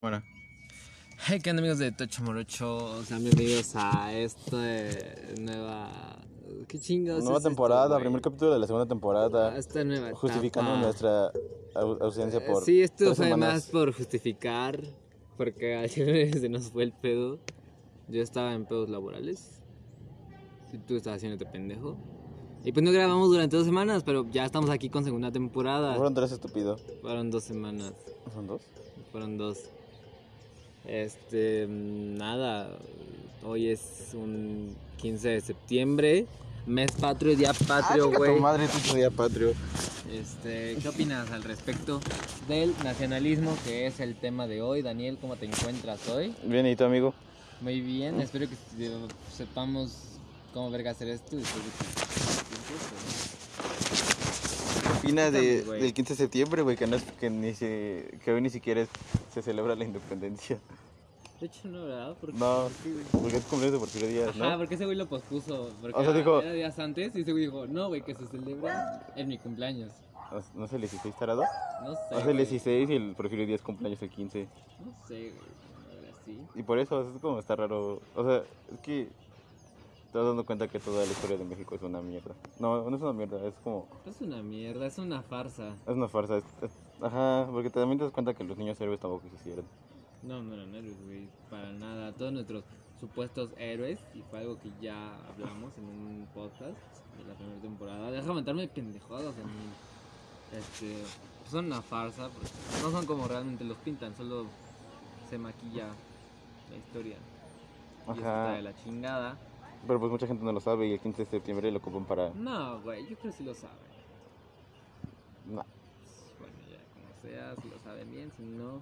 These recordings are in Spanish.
Bueno. Hey, ¿qué onda amigos de Tocho Morocho? Sean bienvenidos a esta nueva... ¿Qué chingados Nueva es esto, temporada, güey? primer capítulo de la segunda temporada. A este, Esta nueva Justificando etapa. nuestra au- Eh, ausencia por. Sí, esto tres fue semanas. más por justificar, porque ayer se nos fue el pedo. Yo estaba en pedos laborales. Y tú estabas haciéndote pendejo. Y pues no grabamos durante dos semanas, pero ya estamos aquí con segunda temporada. Fueron tres estúpido. Fueron dos semanas. ¿Son dos? Fueron dos. Este, mm, nada. Hoy es un 15 de septiembre. Mes patrio, día patrio, Ah, Chinga güey. tu madre, tu día patrio. Este, ¿qué opinas al respecto del nacionalismo que es el tema de hoy? Daniel, ¿cómo te encuentras hoy? Bien, ¿y tu amigo? Muy bien, espero que eh, sepamos cómo verga hacer esto después de que- ¿Qué opinas de- Estamos, güey. del 15 de septiembre, güey? Que, no es- que, ni se- que hoy ni siquiera es- se celebra la independencia. De hecho, no, ¿verdad? Porque, No, porque es cumpleaños de Porfirio Díaz, Ajá, ¿no? porque ese güey lo pospuso. Porque O sea, dijo- era días antes y ese güey dijo, no, güey, que se celebra en mi cumpleaños. ¿No es el 16 tarado? No sé. No es el güey. 16 y el Porfirio Díaz cumpleaños el 15. No sé, güey. Ahora sí. Y por eso es como está raro. O sea, es que te vas dando cuenta que toda la historia de México es una mierda. No, no es una mierda, es como. Es una mierda, es una farsa. Es una farsa. es- es- ajá, porque también te das cuenta que los niños héroes tampoco existieron. No, no eran héroes, güey, para nada. Todos nuestros supuestos héroes, y fue algo que ya hablamos en un podcast de la primera temporada. Deja aventarme pendejadas en Este, son una farsa, porque no son como realmente los pintan, solo se maquilla la historia. Y eso está Ajá. de la chingada. Pero pues mucha gente no lo sabe y el 15 de septiembre lo ocupan para. No, güey, yo creo que sí lo saben. No. Bueno, ya como sea, si lo saben bien, si no,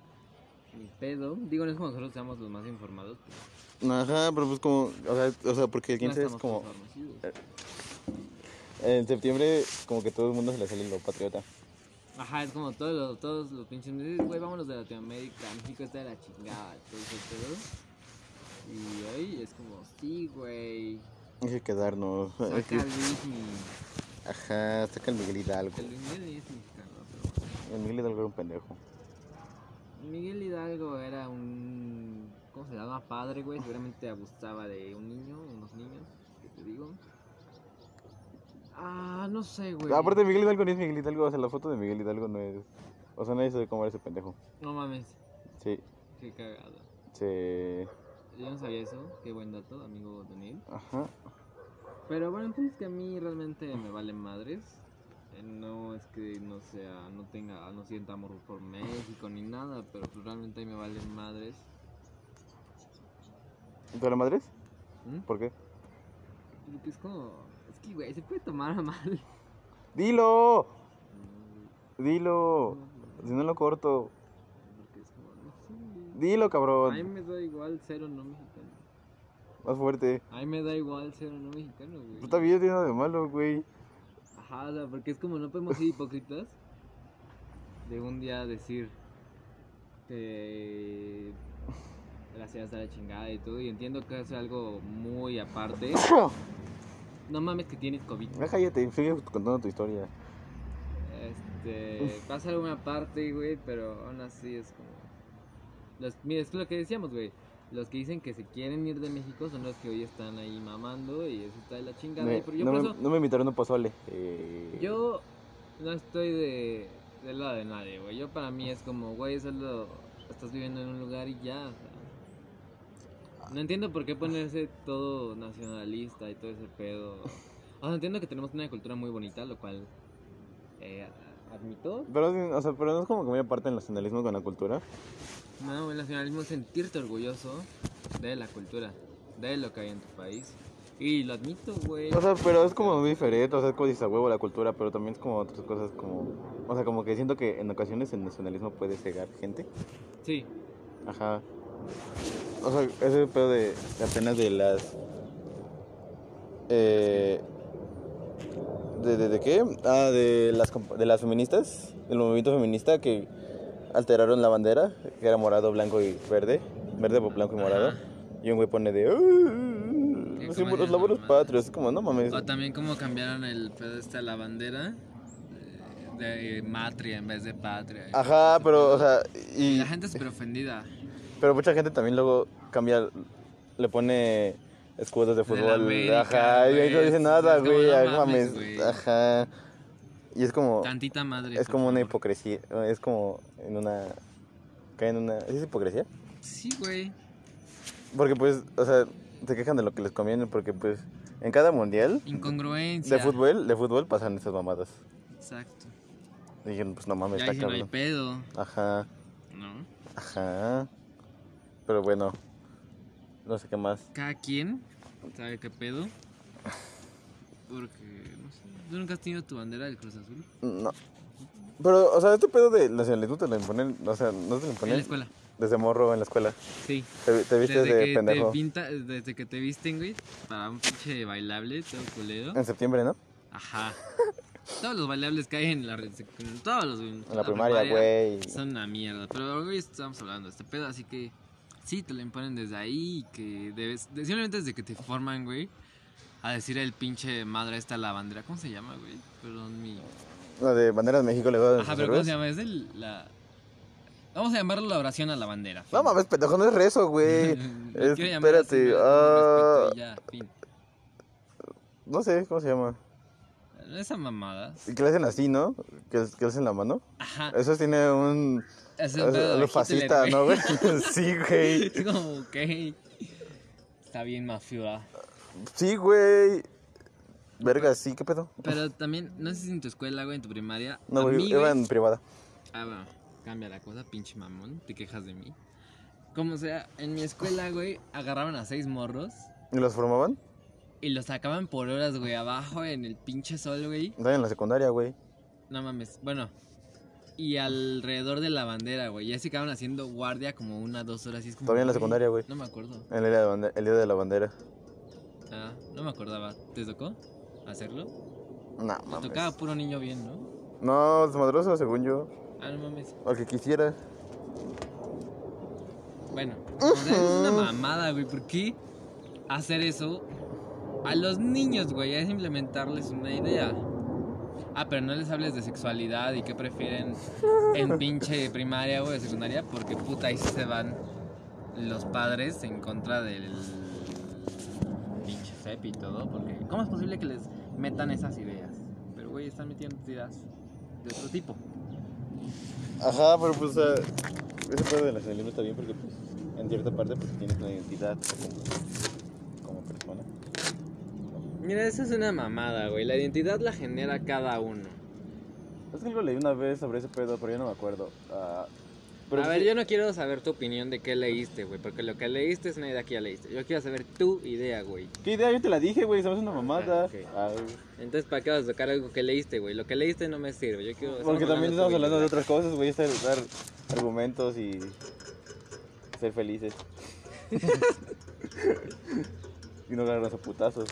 ni pedo. Digo, no es como nosotros seamos los más informados, pues Ajá, pero pues como. O sea, o sea porque el no 15 es estamos como. conformes. En septiembre, como que todo el mundo se le sale lo patriota. Ajá, es como todos los, todos los pinches meses, güey, vámonos de Latinoamérica, México está de la chingada, todo ese pedo. Y hoy es como, sí, güey, Hay que quedarnos. hay que- saca a Luis mi... Ajá, saca el Miguel Hidalgo. El Luis Miguel es mexicano, pero bueno. El Miguel Hidalgo era un pendejo. Miguel Hidalgo era un... ¿Cómo se llama? Padre, güey, seguramente abusaba de un niño, unos niños, ¿qué te digo? Ah, no sé, güey. Aparte, Miguel Hidalgo no es Miguel Hidalgo, o sea, la foto de Miguel Hidalgo no es. O sea, nadie sabe cómo era ese pendejo. No mames, Sí, qué cagado. se. Yo no sabía eso, qué buen dato, amigo Daniel. Ajá. Pero bueno, el punto es que a mí realmente me valen madres. Eh, No es que no sea, no tenga, no sienta amor por México ni nada, pero pues realmente a mí me valen madres. ¿Tú la madres? ¿Mm? ¿Por qué? Porque es como, es que güey, se puede tomar a mal. ¡Dilo! No, ¡Dilo! no, Si no lo corto. Porque es como, no sé. ¡Dilo, A mí cabrón! me da igual cero no mexicano. Más fuerte. A mí me da igual cero no mexicano, güey. Pero también no tiene nada de malo, güey. Ajá, o sea, porque es como no podemos ser hipócritas de un día decir que la ciudad está de chingada y todo, y entiendo que es algo muy aparte. No mames que tienes COVID. Ya cállate, sigue contando tu historia. Este, pasa alguna parte, güey, pero aún así es como... Los, mira, es lo que decíamos, güey. Los que dicen que se quieren ir de México son los que hoy están ahí mamando y eso está de la chingada. Me- y por- yo no, por me, eso- no me invitaron a pozole. Eh, Yo no estoy de, del lado de nadie, güey. Yo para mí es como, güey, solo estás viviendo en un lugar y ya. o sea. No entiendo por qué ponerse todo nacionalista y todo ese pedo. O sea, entiendo que tenemos una cultura muy bonita, lo cual eh, admito. Pero, o sea, pero no es como que muy aparte el nacionalismo con la cultura. No, el nacionalismo es sentirte orgulloso de la cultura, de lo que hay en tu país. Y lo admito, güey. O sea, pero es como muy diferente, o sea, es como dices a huevo la cultura, pero también es como otras cosas como... O sea, como que siento que en ocasiones el nacionalismo puede cegar gente. Sí, Ajá. O sea, ese pedo de, de apenas de las... Eh, de, de, de qué? Ah, de las, comp- de las feministas, del movimiento feminista que alteraron la bandera, que era morado, blanco y verde. Verde, blanco y morado. Ajá. Y un güey pone de... Sí, "Ah, sí, como por los de labores mamá. patrios, es como, no mames. O también como cambiaron el pedo este a la bandera eh, de matria en vez de patria. Ajá, pero, o sea, pues, Y y... la gente súper ofendida. Pero mucha gente también luego cambia, le pone escudos De de la fútbol. América, ajá, y ahí no güey, dice sí, nada, es como, güey. no ah, mames, mames, güey. Ajá. Y es como, Tantita madre. es por como una favor. hipocresía. Es como en una. Cae en una. ¿Es hipocresía? Sí, güey. Porque pues, o sea, se quejan de lo que les conviene, porque pues, en cada mundial Incongruencia. de fútbol, de fútbol pasan esas mamadas. Exacto. Y dijeron, pues no mames, Ya está dicen, no hay cabrón. pedo, Ajá, ¿no? ajá. Pero bueno, no sé qué más. Cada quien sabe qué pedo. Porque, no sé. ¿Tú nunca has tenido tu bandera del Cruz Azul? No. Pero, o sea, este pedo de nacionalismo te lo imponen, o sea, no te lo En imponen. la escuela. Desde morro en la escuela. Sí. Te, te viste desde de que te pendejo. pinta, desde que te visten, güey, para un pinche bailable, todo culero. En septiembre, ¿no? Ajá. Todos los bailables que hay en la red, sec- todos los en En la primaria, güey. Son una mierda, pero hoy estamos hablando de este pedo, así que sí te lo imponen desde ahí, que debes de- simplemente desde que te forman, güey, a decir el pinche madre esta la bandera, ¿cómo se llama, güey? Perdón mi La de banderas de México le voy a Ajá, pero ¿cómo se llama? Es el la Vamos a llamarlo la oración a la bandera. No mames, pendejo, no es rezo, güey. Lo quiero llamar así, espérate, pero con ah. respeto y ya, fin. No sé, ¿cómo se llama? Esa mamada. Y que le hacen así, ¿no? Que, que le hacen la mano. Ajá. Eso tiene un. Es eso- algo fascista, ¿no, güey? sí, güey. Es como, ok. Está bien mafiosa. Sí, güey. Verga, sí, ¿qué pedo? Pero también, no sé si en tu escuela, güey, en tu primaria. No, a güey, mí, iba güey- en privada. Ah, bueno, cambia la cosa, pinche mamón. Te quejas de mí. Como sea, en mi escuela, güey, agarraban a seis morros ¿Y los formaban? y los sacaban por horas, güey, abajo en el pinche sol, güey. También en la secundaria, güey. No mames. Bueno. Y alrededor de la bandera, güey. Ya se acaban haciendo guardia como una, dos horas. Y es como, Todavía en la secundaria, güey. No me acuerdo. El día de la bandera. El día de la bandera. Ah, no me acordaba. ¿Te tocó hacerlo? No, Te tocaba mames. puro niño bien, ¿no? No, desmadroso, según yo. Ah, no mames. O que quisiera. Bueno, o sea, es una mamada, güey. ¿Por qué hacer eso a los niños, güey? Es implementarles una idea. Ah, pero no les hables de sexualidad y qué prefieren en pinche primaria o de secundaria, porque puta, ahí sí se van los padres en contra del pinche CEP y todo, porque ¿cómo es posible que les metan esas ideas? Pero, güey, están metiendo ideas de otro tipo. Ajá, pero pues, o sea, ese pedo de nacionalismo está bien porque, pues, en cierta parte, pues, tienes una identidad como, como persona. Mira, eso es una mamada, güey. La identidad la genera cada uno. Es que algo leí una vez sobre ese pedo, pero yo no me acuerdo. Ah, pero a pues, ver, yo no quiero saber tu opinión de qué leíste, güey, porque lo que leíste es una idea que ya leíste. Yo quiero saber tu idea, güey. ¿Qué idea? Yo te la dije, güey, sabes una mamada. Ah, ok. Ay, Entonces, ¿para qué vas a tocar algo que leíste, güey? Lo que leíste no me sirve. Yo quiero. porque también tu estamos hablando de identidad. otras cosas, güey, es dar dar argumentos y ser felices. y no agarrarnos a putazos.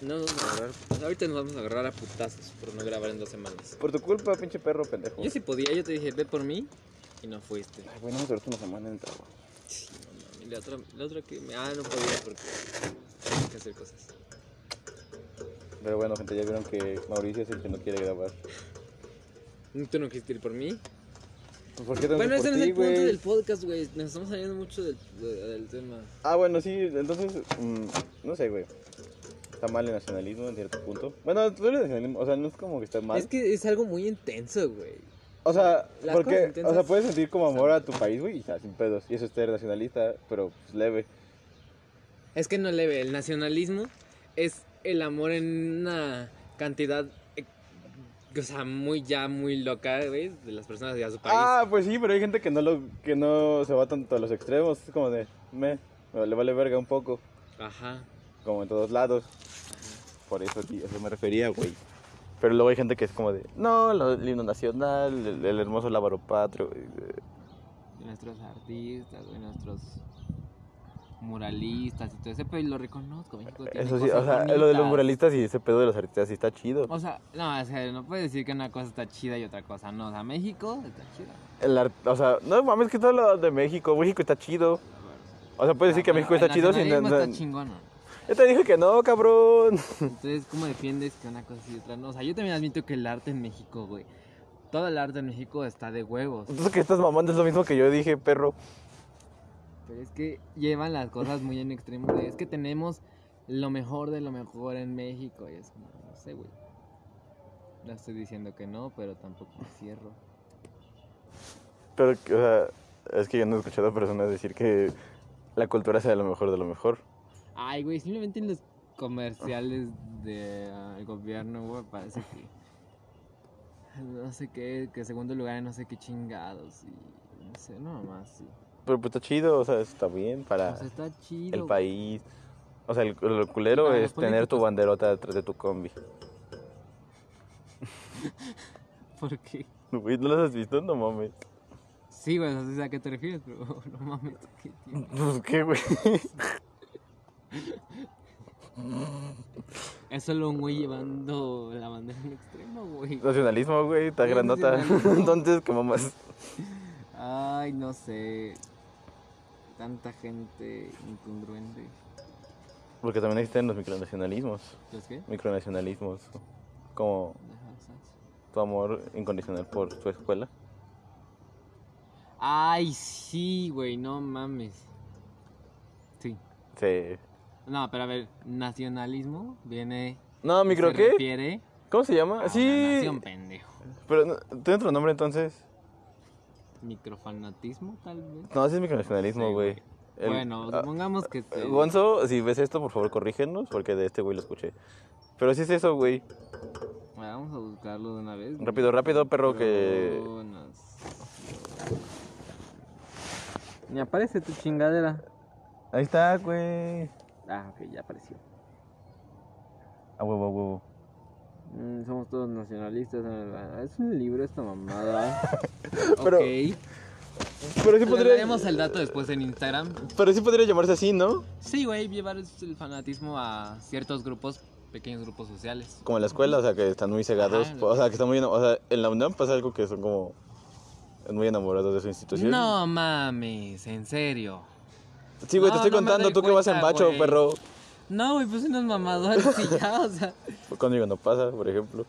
No, nos vamos a agarrar. Ahorita nos vamos a agarrar a putazos por no grabar en dos semanas. Por tu culpa, pinche perro pendejo. Yo sí podía, yo te dije, ve por mí y no fuiste. Ay, güey, no me duraste una semana en el trabajo. Y la otra, la otra que. me- Ah, no podía porque. Tengo que hacer cosas. Pero bueno, gente, ya vieron que Mauricio es el que no quiere grabar. Tú no quisiste ir por mí. Pues, ¿Por qué tengo que Bueno, ir por ese no es ti, el punto güey? del podcast, güey. Nos estamos saliendo mucho del, de- del tema. Ah, bueno, sí, entonces, mm, no sé, güey. Está mal el nacionalismo en cierto punto. Bueno, tú eres nacionalismo, o sea, no es como que está mal. Es que es algo muy intenso, güey. o sea, las porque, cosas intensas- o sea, puedes sentir como amor a tu país, güey, y ya, sin pedos. Y eso es ser nacionalista, pero pues, leve. Es que no le ve. El nacionalismo es el amor en una cantidad. eh, O sea, muy ya, muy loca, güey, de las personas de a su país. Ah, pues sí, pero hay gente que no lo, que no se va tanto a los extremos. Es como de, me, me le vale verga un poco, Ajá. como en todos lados. Por eso, aquí, a eso me refería, güey. Pero luego hay gente que es como de, no, lo- el himno nacional, el, el hermoso Lábaro Patrio. eh, De nuestros artistas, de nuestros muralistas y todo ese, pero lo reconozco. México tiene Eso sí, cosas o sea, lo de los bonitas. muralistas y ese pedo de los artistas sí está chido. O sea, no, o sea, no puedes decir que una cosa está chida y otra cosa no. O sea, México está chida. El ar- o sea, no mames, que todo lo de México, México está chido. O sea, puedes decir que México está chido sin... sin... está no- chingón, ¿no? Yo te dije que no, cabrón. Entonces, ¿cómo defiendes que una cosa y otra no? O sea, yo también admito que el arte en México, güey. Todo el arte en México está de huevos. Entonces que estás mamando es lo mismo que yo dije, perro. pero es que llevan las cosas muy en extremo. de, es que tenemos lo mejor de lo mejor en México. Y es como, no sé, güey. No estoy diciendo que no, pero tampoco me cierro. Pero, o sea, es que yo no he escuchado a personas decir que la cultura sea lo mejor de lo mejor. Ay, güey, simplemente en los comerciales del gobierno, güey, parece que. No sé qué, que segundo lugar en no sé qué chingados. Y no sé, no más, sí. Pero pues está chido, o sea, está bien para O sea, está chido. el güey. pues, país. O sea, el- lo culero para los es tener tu políticos. banderota detrás de tu combi. ¿Por qué? Güey, ¿no las has visto? No mames. Sí, güey, no sé a qué te refieres, pero no mames, ¿qué tiene? Pues qué, güey. Es solo un güey llevando la bandera en extremo, güey. Nacionalismo, güey, está Sí, grandota. nacionalismo. Entonces, ¿qué mamas? Ay, no sé. Tanta gente incongruente. Porque también existen los micronacionalismos. ¿Los qué? Micronacionalismos. Como Ajá, ¿sabes? tu amor incondicional por tu escuela. Ay, sí, güey, no mames. Sí. Sí. No, pero a ver, nacionalismo viene. No, micro se qué? refiere ¿Cómo se a llama? una sí. nación, pendejo. Pero no- tiene otro nombre entonces. Microfanatismo, tal vez. No, ese es micronacionalismo, Sí, güey. güey. El- Bueno, ah, supongamos que. eh, se- Gonzo, si ves esto, por favor, corrígenos, porque de este güey lo escuché. Pero sí es eso, güey. Bueno, vamos a buscarlo de una vez. Rápido, rápido, perro, que... Me aparece tu chingadera. Ahí está, güey. Ah, ok, ya apareció. A huevo, a huevo. Mm, somos todos nacionalistas. ah, Es un libro esta mamada. Pero- ok. Pero sí Le podría... daremos el dato después en Instagram. Pero sí podría llamarse así, ¿no? Sí, güey, llevar el fanatismo a ciertos grupos, pequeños grupos sociales. Como en la escuela, o sea, que están muy cegados. Ajá. o sea, que están muy... eno- O sea, en la UNAM pasa algo que son como... Muy enamorados de su institución. No mames, en serio. Sí, güey, No, te estoy no me contando. doy Tú que vas en cuenta, bacho, güey. perro. No, güey, pues unos mamadores y ya, o sea. Conmigo no pasa, por ejemplo.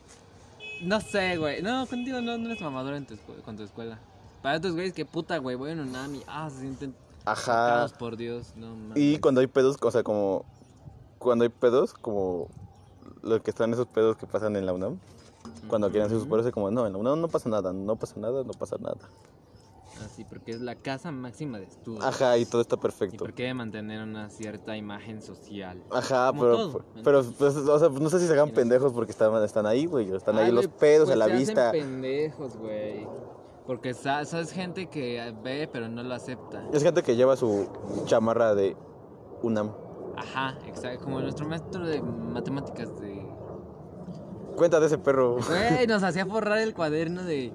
No sé, güey. No, contigo no, no eres mamador en tu escu- con tu escuela. Para otros güeyes que puta, güey, voy en Unami. Ah, se sienten Ajá. tocados por Dios. No mames. Y cuando hay pedos, o sea, como. Cuando hay pedos, como. Lo que están esos pedos que pasan en la UNAM. Cuando quieren hacer sus Ujú. pedos, es como, no, en la UNAM no pasa nada, no pasa nada, no pasa nada. Ah, sí, porque es la casa máxima de estudio. Ajá, y todo está Pues, Y perfecto. porque debe mantener una cierta imagen social. Ajá, Como pero, todo. pero pues, o sea, no sé si se hagan Y no- pendejos porque están, están ahí, güey. Están ahí Ay, los güey, pedos pues a la se hacen vista. pendejos, güey. Porque sa- sabes gente que ve pero no lo acepta. Es gente que lleva su chamarra de UNAM. Ajá, exacto. Como nuestro maestro de matemáticas de Cuenta de ese perro, Güey, nos hacía forrar el cuaderno de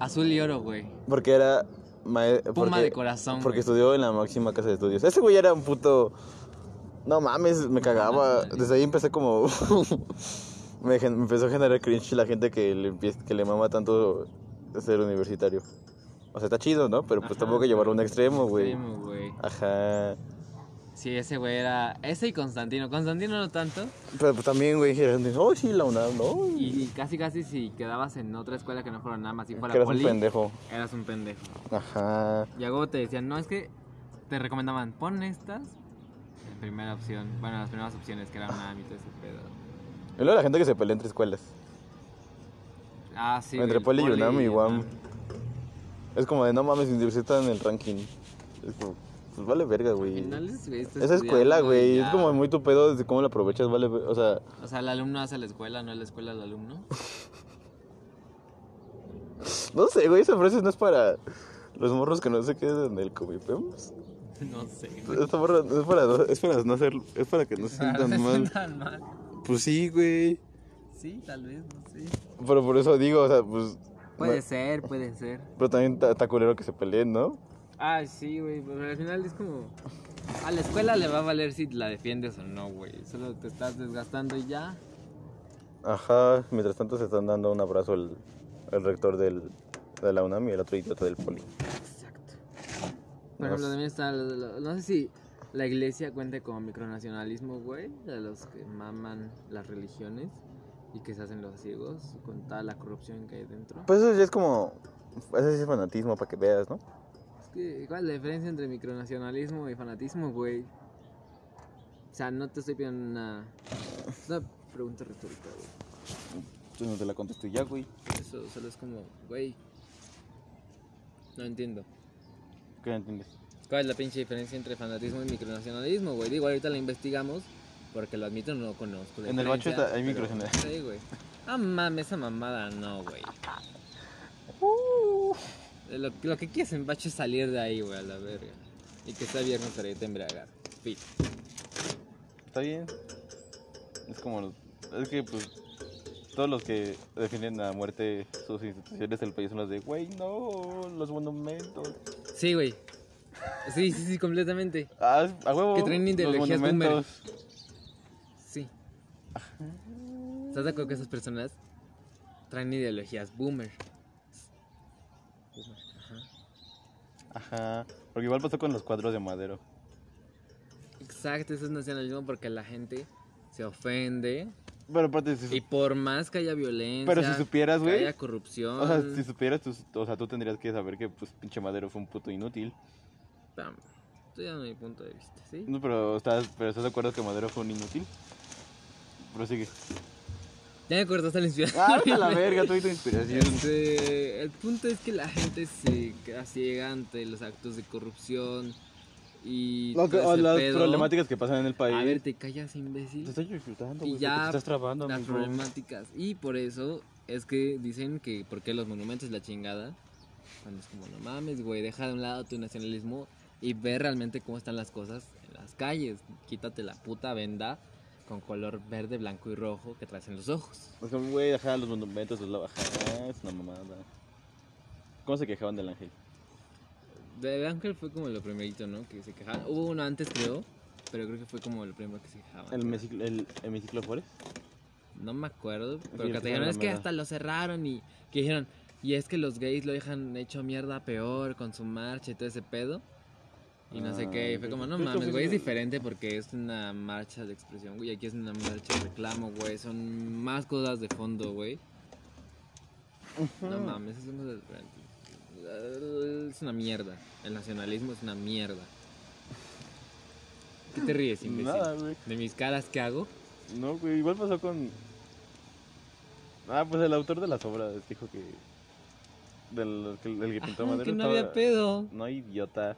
azul y oro, güey. porque era. mae- Puma porque- de corazón. Porque güey. estudió en la máxima casa de estudios. Ese güey era un puto. No mames, me cagaba. mames. Desde ahí empecé como. me, gen- me empezó a generar cringe la gente que le, empie- que le mama tanto ser universitario. O sea, está chido, ¿no? Pero pues Ajá, tampoco hay que llevarlo a un pero- extremo, güey. Extremo, güey. Ajá. Sí, ese güey era. Ese y Constantino. Constantino no tanto. Pero pues también, güey, dijeron, oh, sí, la UNAM, no. Y, y casi, casi si quedabas en otra escuela que no fuera nada más, si fuera Que eras un poli, pendejo. eras un pendejo. Ajá. Y luego te decían, no, es que te recomendaban, pon estas. En primera opción. Bueno, las primeras opciones que eran Ah. una y todo ese pedo. Y luego la gente que se pelea entre escuelas. Ah, sí. Entre del poli y UNAM y UAM. UNAM. Es como de, no mames, universita en el ranking. Es como, pues vale verga, güey. Finales, güey, está Esa escuela, estudiando y güey, es ya. como muy tu pedo desde cómo la aprovechas, vale, o sea, O sea, el alumno hace la escuela, no la escuela al alumno. no sé, güey, esa frase no es para los morros que no se queden en el comipemos. No sé. güey. Esta morra no es para, no- es para no hacer, es para que no se Para sientan no mal. sientan mal. Pues sí, güey, Sí, tal vez, no sé. pero por eso digo, o sea, pues, Puede no- ser, puede ser. pero también ta- está culero que se peleen, ¿no? Ah, sí, güey, pero al final es como... A la escuela le va a valer si la defiendes o no, güey. Solo te estás desgastando y ya. Ajá, mientras tanto se están dando un abrazo el, el rector del, de la UNAM y el otro idiota del poli. Exacto. No Por ejemplo, sé. también está... lo de lo- no sé si la iglesia cuenta con micronacionalismo, güey. De los que maman las religiones y que se hacen los ciegos con toda la corrupción que hay dentro. Pues eso ya es como, ese sí es fanatismo para que veas, ¿no? que, ¿cuál es la diferencia entre micronacionalismo y fanatismo, güey? O sea, no te estoy pidiendo una, es una pregunta retórica, güey. Yo Pues no te la contesté ya, güey. Por Eso solo es como, güey, no entiendo. ¿Qué no entiendes? ¿Cuál es la pinche diferencia entre fanatismo y micronacionalismo, güey? Digo, ahorita la investigamos, porque lo admito, no conozco. la En el bacho diferencia, está- hay pero- micronacionalismo. Sí, güey. Ah, mames, esa mamada no, güey. Uh. Lo, lo que quieres en bacho es salir de ahí, güey, a la verga. Y que sea viernes para irte a embriagar. Fin. Está bien. Es como. los- Es que, pues. Todos los que defienden a muerte sus instituciones del país son los de, güey, no, los monumentos. Sí, güey. Sí, sí, sí, completamente. Ah, a huevo. Que traen ideologías boomer. monumentos. Sí. ¿Estás de acuerdo que esas personas traen ideologías boomer? Boomer, ajá. Ajá. Porque igual pasó con los cuadros de madero. Exacto, eso es nacionalismo porque la gente se ofende Pero aparte, si, y su- por más que haya violencia, Pero si supieras, que güey. haya corrupción, o sea, si supieras, tú, o sea, tú tendrías que saber que, pues, pinche madero fue un puto inútil. pam, estoy dando mi punto de vista, ¿sí? No, pero estás, pero estás de acuerdo que madero fue un inútil. Pero sigue. Ya me cortaste la inspiración. Ah, vete a la verga, tú y tu inspiración. Este, el punto es que la gente se queda ciega ante los actos de corrupción y Lo que- todo o ese las pedo. problemáticas que pasan en el país. A ver, te callas, Te imbécil. estoy disfrutando, Y güey. ya porque Te estás trabando, las amigo. problemáticas. Y por eso es que dicen que porque los monumentos la chingada. Cuando es como, no mames, güey, deja de un lado tu nacionalismo y ve realmente cómo están las cosas en las calles. Quítate la puta venda con color verde, blanco y rojo que traes en los ojos. Es como, güey, ajá, los monumentos, los lavajadas, una mamada. ¿Cómo se quejaban del ángel? De Ángel fue como lo primerito, ¿no? Que se quejaban. Hubo uno antes, creo, pero creo que fue como lo primero que se quejaban. ¿El hemiciclo, el hemiciclo Flores? No me acuerdo, pero el que que te dijeron, sale es la que mierda". hasta lo cerraron y que dijeron, y es que los gays lo dejan hecho mierda peor con su marcha y todo ese pedo. Y no sé Ah, qué, y fue ok. como, no Pero esto mames, fue güey, es una- diferente porque es una marcha de expresión, güey, aquí es una marcha de reclamo, güey, son más cosas de fondo, güey. No mames, es una Es una mierda. El nacionalismo es una mierda. ¿Qué te ríes, imbécil? Nada, güey. De mis caras que hago. No, güey, igual pasó con... Ah, pues el autor de las obras dijo que... Del, que- del que pintó Ajá, Madero que no estaba- había pedo. No, idiota.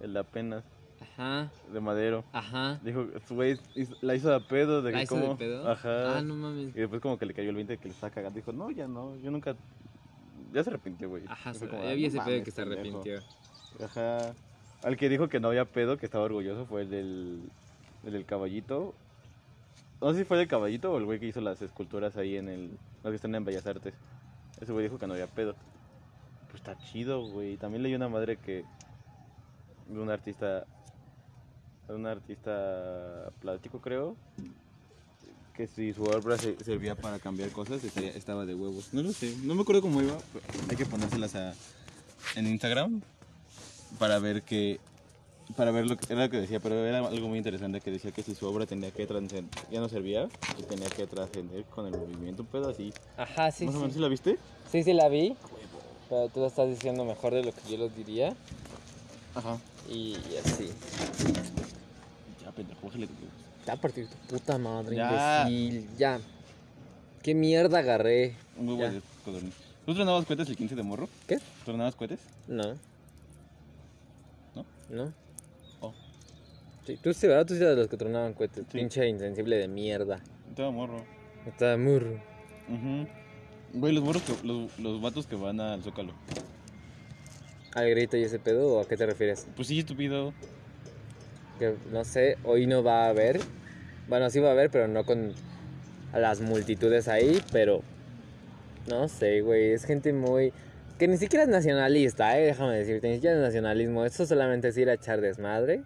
El apenas Ajá, de Madero. ajá. Dijo, güey, hizo- la hizo de pedo. De ¿La que hizo de cómo- pedo? Ajá. Ah, no mames. Y después como que le cayó el 20 de que le estaba cagando. Dijo, no, ya no, yo nunca... Ya se arrepintió, güey. Ajá, Y se, fue como, ya "Ah, vi no ese pedo mames, que se pendejo". arrepintió. Ajá. Al que dijo que no había pedo, que estaba orgulloso, fue el del, el del caballito. No sé si fue el del caballito o el güey que hizo las esculturas ahí en el... Los que están en Bellas Artes. Ese güey dijo que no había pedo. Pues está chido, güey. También leí una madre que... De un artista... De un artista plástico, creo. Que si su obra se- servía para cambiar cosas, estaría- estaba de huevos. No lo sé. No me acuerdo cómo iba. pero Hay que ponérselas a, en Instagram para ver que para ver lo que era lo que decía, pero era algo muy interesante que decía que si su obra tenía que trascender, ya no servía y tenía que trascender con el movimiento, un pedo así. Ajá, sí, Más o menos, ¿sí la viste? sí, sí la vi. Pero tú lo estás diciendo mejor de lo que yo lo diría. Ajá. Y así. Ya, pendejo, bájale. Ya a partir tu puta madre, Ya. imbécil. Ya. ¿Qué mierda agarré? Muy Ya. bueno, codorniz. ¿Tú tronabas cohetes el 15 de morro? ¿Qué? ¿Tronabas cohetes? No. ¿No? ¿No? Oh. Sí, tú sí, ¿verdad? Tú sí eras de los que tronaban cohetes. Sí. Pinche insensible de mierda. Estaba morro. Estaba muy... Ujú. Güey, los morros, que, los, los vatos que van al Zócalo. ¿Al grito y ese pedo o a qué te refieres? Pues sí, estúpido. que no sé, hoy no va a haber. Bueno, sí va a haber, pero no con las multitudes ahí, pero no sé, güey, es gente muy que ni siquiera es nacionalista, eh, déjame decirte, ni siquiera es nacionalismo, eso solamente es ir a echar desmadre.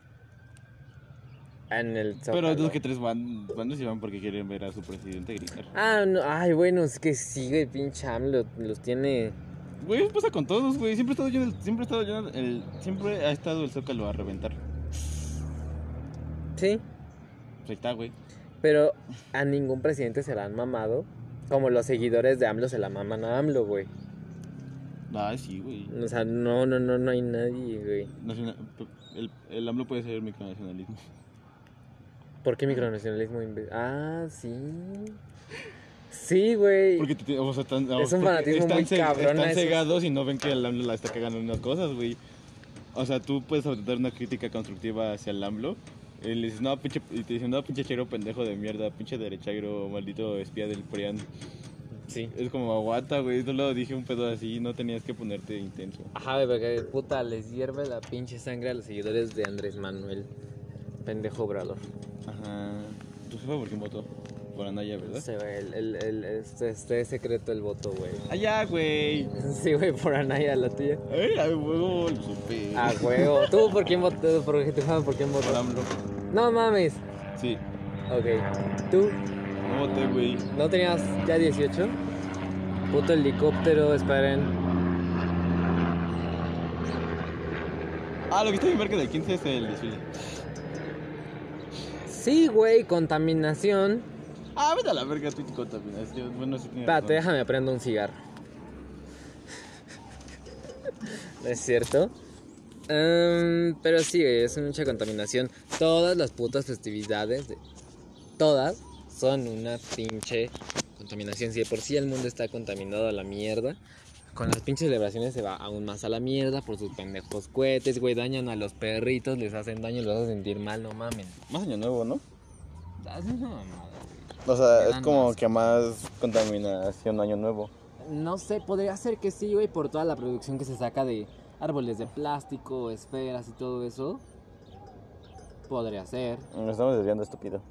En el Pero Zócalo. dos que tres van, van y van porque quieren ver a su presidente gritar. Ah, no, ay, bueno, es que sí, güey, pinche AMLO los tiene Güey, pasa con todos, güey. Siempre ha estado lleno, el- siempre ha estado lleno el, siempre ha estado el zócalo a reventar. Sí, Pues ahí está, güey. pero a ningún presidente se la han mamado como los seguidores de AMLO se la maman a AMLO, güey. Ah, sí, güey. O sea, no, no, no, no hay nadie, güey. Naciona- El, el AMLO puede ser micronacionalismo. ¿Por qué micronacionalismo? imbe- Ah, sí. Sí, güey. Porque te- te- o sea, están, Es un fanatismo están muy ce- cabrón a Están esos- cegados y no ven que el AMLO la está cagando en unas cosas, güey. O sea, tú puedes dar una crítica constructiva hacia el AMLO. Y le dices, no, pinche, y te dicen, no, pinche chero pendejo de mierda, pinche derechairo, maldito espía del PRIAN. Sí. Es como aguanta, güey. Yo lo dije un pedo así, no tenías que ponerte intenso. Ajá, güey, porque puta, les hierve la pinche sangre a los seguidores de Andrés Manuel. Pendejo obrador. Ajá. ¿Tú sabes por quién votó? Por Anaya, ¿verdad? Sí, güey, el, el, el- este, este es secreto el voto, güey. Allá, güey. Sí, güey, por Anaya, la tuya. Ay, ay, huevo, lo supe. A Ah. huevo. ¿Tú por quién votaste? ¿Por qué te fueron? por quién Por votaste? AMLO. No mames. Sí, Ok. ¿Tú no voté, güey. no tenías ya 18? Puto helicóptero, esperen. Ah, lo que está bien verga del 15 es el desfile. Sí, güey, contaminación. Ah, vete a la verga tú y tu contaminación. Bueno, sí tienes Espérate, razón. déjame prendo un cigarro. ¿No es cierto? Em, pero sí, güey, es mucha contaminación. Todas las putas festividades, de- todas, son una pinche contaminación. Si de por sí el mundo está contaminado a la mierda, con las pinches celebraciones se va aún más a la mierda por sus pendejos cohetes, güey. Dañan a los perritos, les hacen daño, los hacen sentir mal, no mamen. Más año nuevo, ¿no? Es una mamada, güey. O sea, Me es dan como más. que más contaminación año nuevo. No sé, podría ser que sí, güey, por toda la producción que se saca de árboles de plástico, esferas y todo eso. Podría ser. Nos estamos desviando estúpido.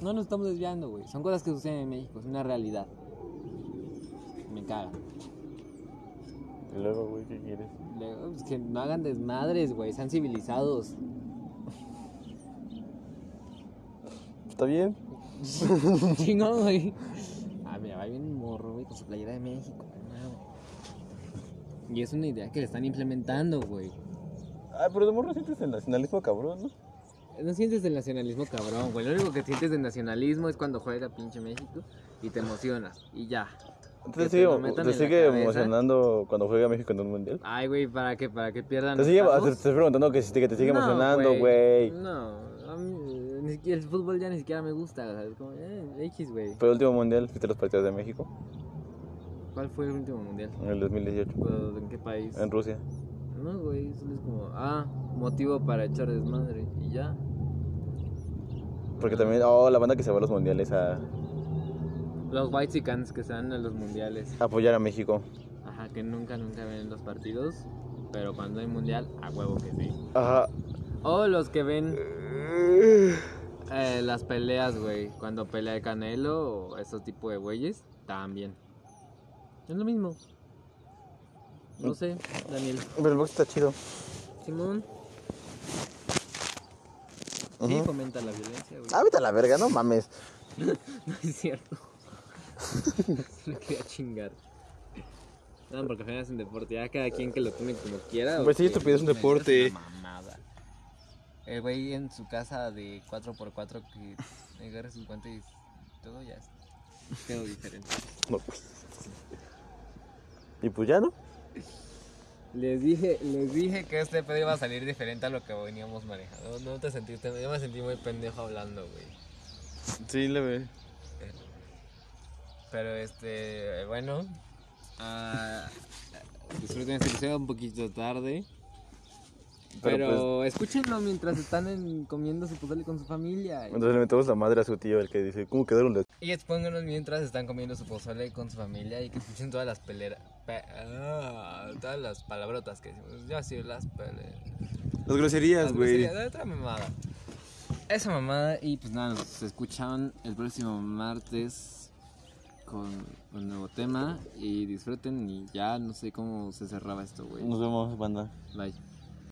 No nos estamos desviando, güey. Son cosas que suceden en México, es una realidad. Me caga. Y luego, güey, ¿qué quieres? Luego, pues, que no hagan desmadres, güey. Sean civilizados. ¿Está bien? Chingón, güey. Ah, mira, va bien morro, güey, con su playera de México, hermano. Y es una idea que le están implementando, güey. Ah, pero de morro sientes el nacionalismo cabrón, ¿no? No sientes el nacionalismo cabrón, güey. Lo único que sientes del nacionalismo es cuando juega pinche México y te emocionas. Y ya. Te Que te sigue, lo metan te en la sigue cabeza. emocionando cuando juega México en un mundial. Ay, güey, ¿para qué? ¿Para que pierdan? Te los sigue, tacos? te estás preguntando que, si te- que te sigue No, emocionando, güey. No, a mí, ni siquiera- el fútbol ya ni siquiera me gusta. O sea, es como, eh, X, güey. Pero el último mundial, ¿viste los partidos de México? ¿Cuál fue el último mundial? En el 2018, ¿Pero ¿En qué país? en Rusia. No, güey, solo es como, ah, motivo para echar desmadre y ya. Porque también, oh, la banda que se va a los mundiales a Los Whitesicans que se van a los mundiales, apoyar a México. ajá, que nunca, nunca ven los partidos, pero cuando hay mundial, a huevo que sí. Ajá. O los que ven eh, las peleas, güey, cuando pelea el Canelo o esos tipo de güeyes, también. Es lo mismo. No sé, Daniel. Pero el box está chido. Simón. Sí, fomenta la violencia, güey. Ah, vete pues, a la verga, no mames. No es cierto. Lo quería chingar. No, porque al final es un deporte. Ya cada quien que lo tome como quiera. o Pues sí, que- estupidez, es un Me parece deporte. una mamada. El güey en su casa de 4x4 que agarre sus guantes y todo ya es. Todo diferente. No, pues. Y pues ya, ¿no? Les dije, les dije que este pedo iba a salir diferente a lo que veníamos manejando. No te sentiste, yo me sentí muy pendejo hablando, güey. Sí, le ve. Pero este, bueno, ah, disfruten este episodio un poquito tarde. Pero, pues, Pero, escúchenlo mientras están en- comiendo su pozole con su familia. y- Entonces le metemos la madre a su tío, el que dice, ¿cómo quedaron las... Y expónganos mientras están comiendo su pozole con su familia y que escuchen todas las peleras. todas las palabrotas que decimos. Yo así las peleras. Las groserías, Las groserías, la otra mamada. Esa mamada y pues nada, nos escuchan el próximo martes con un nuevo tema y disfruten y ya no sé cómo se cerraba esto, güey. Nos vemos, banda. Bye.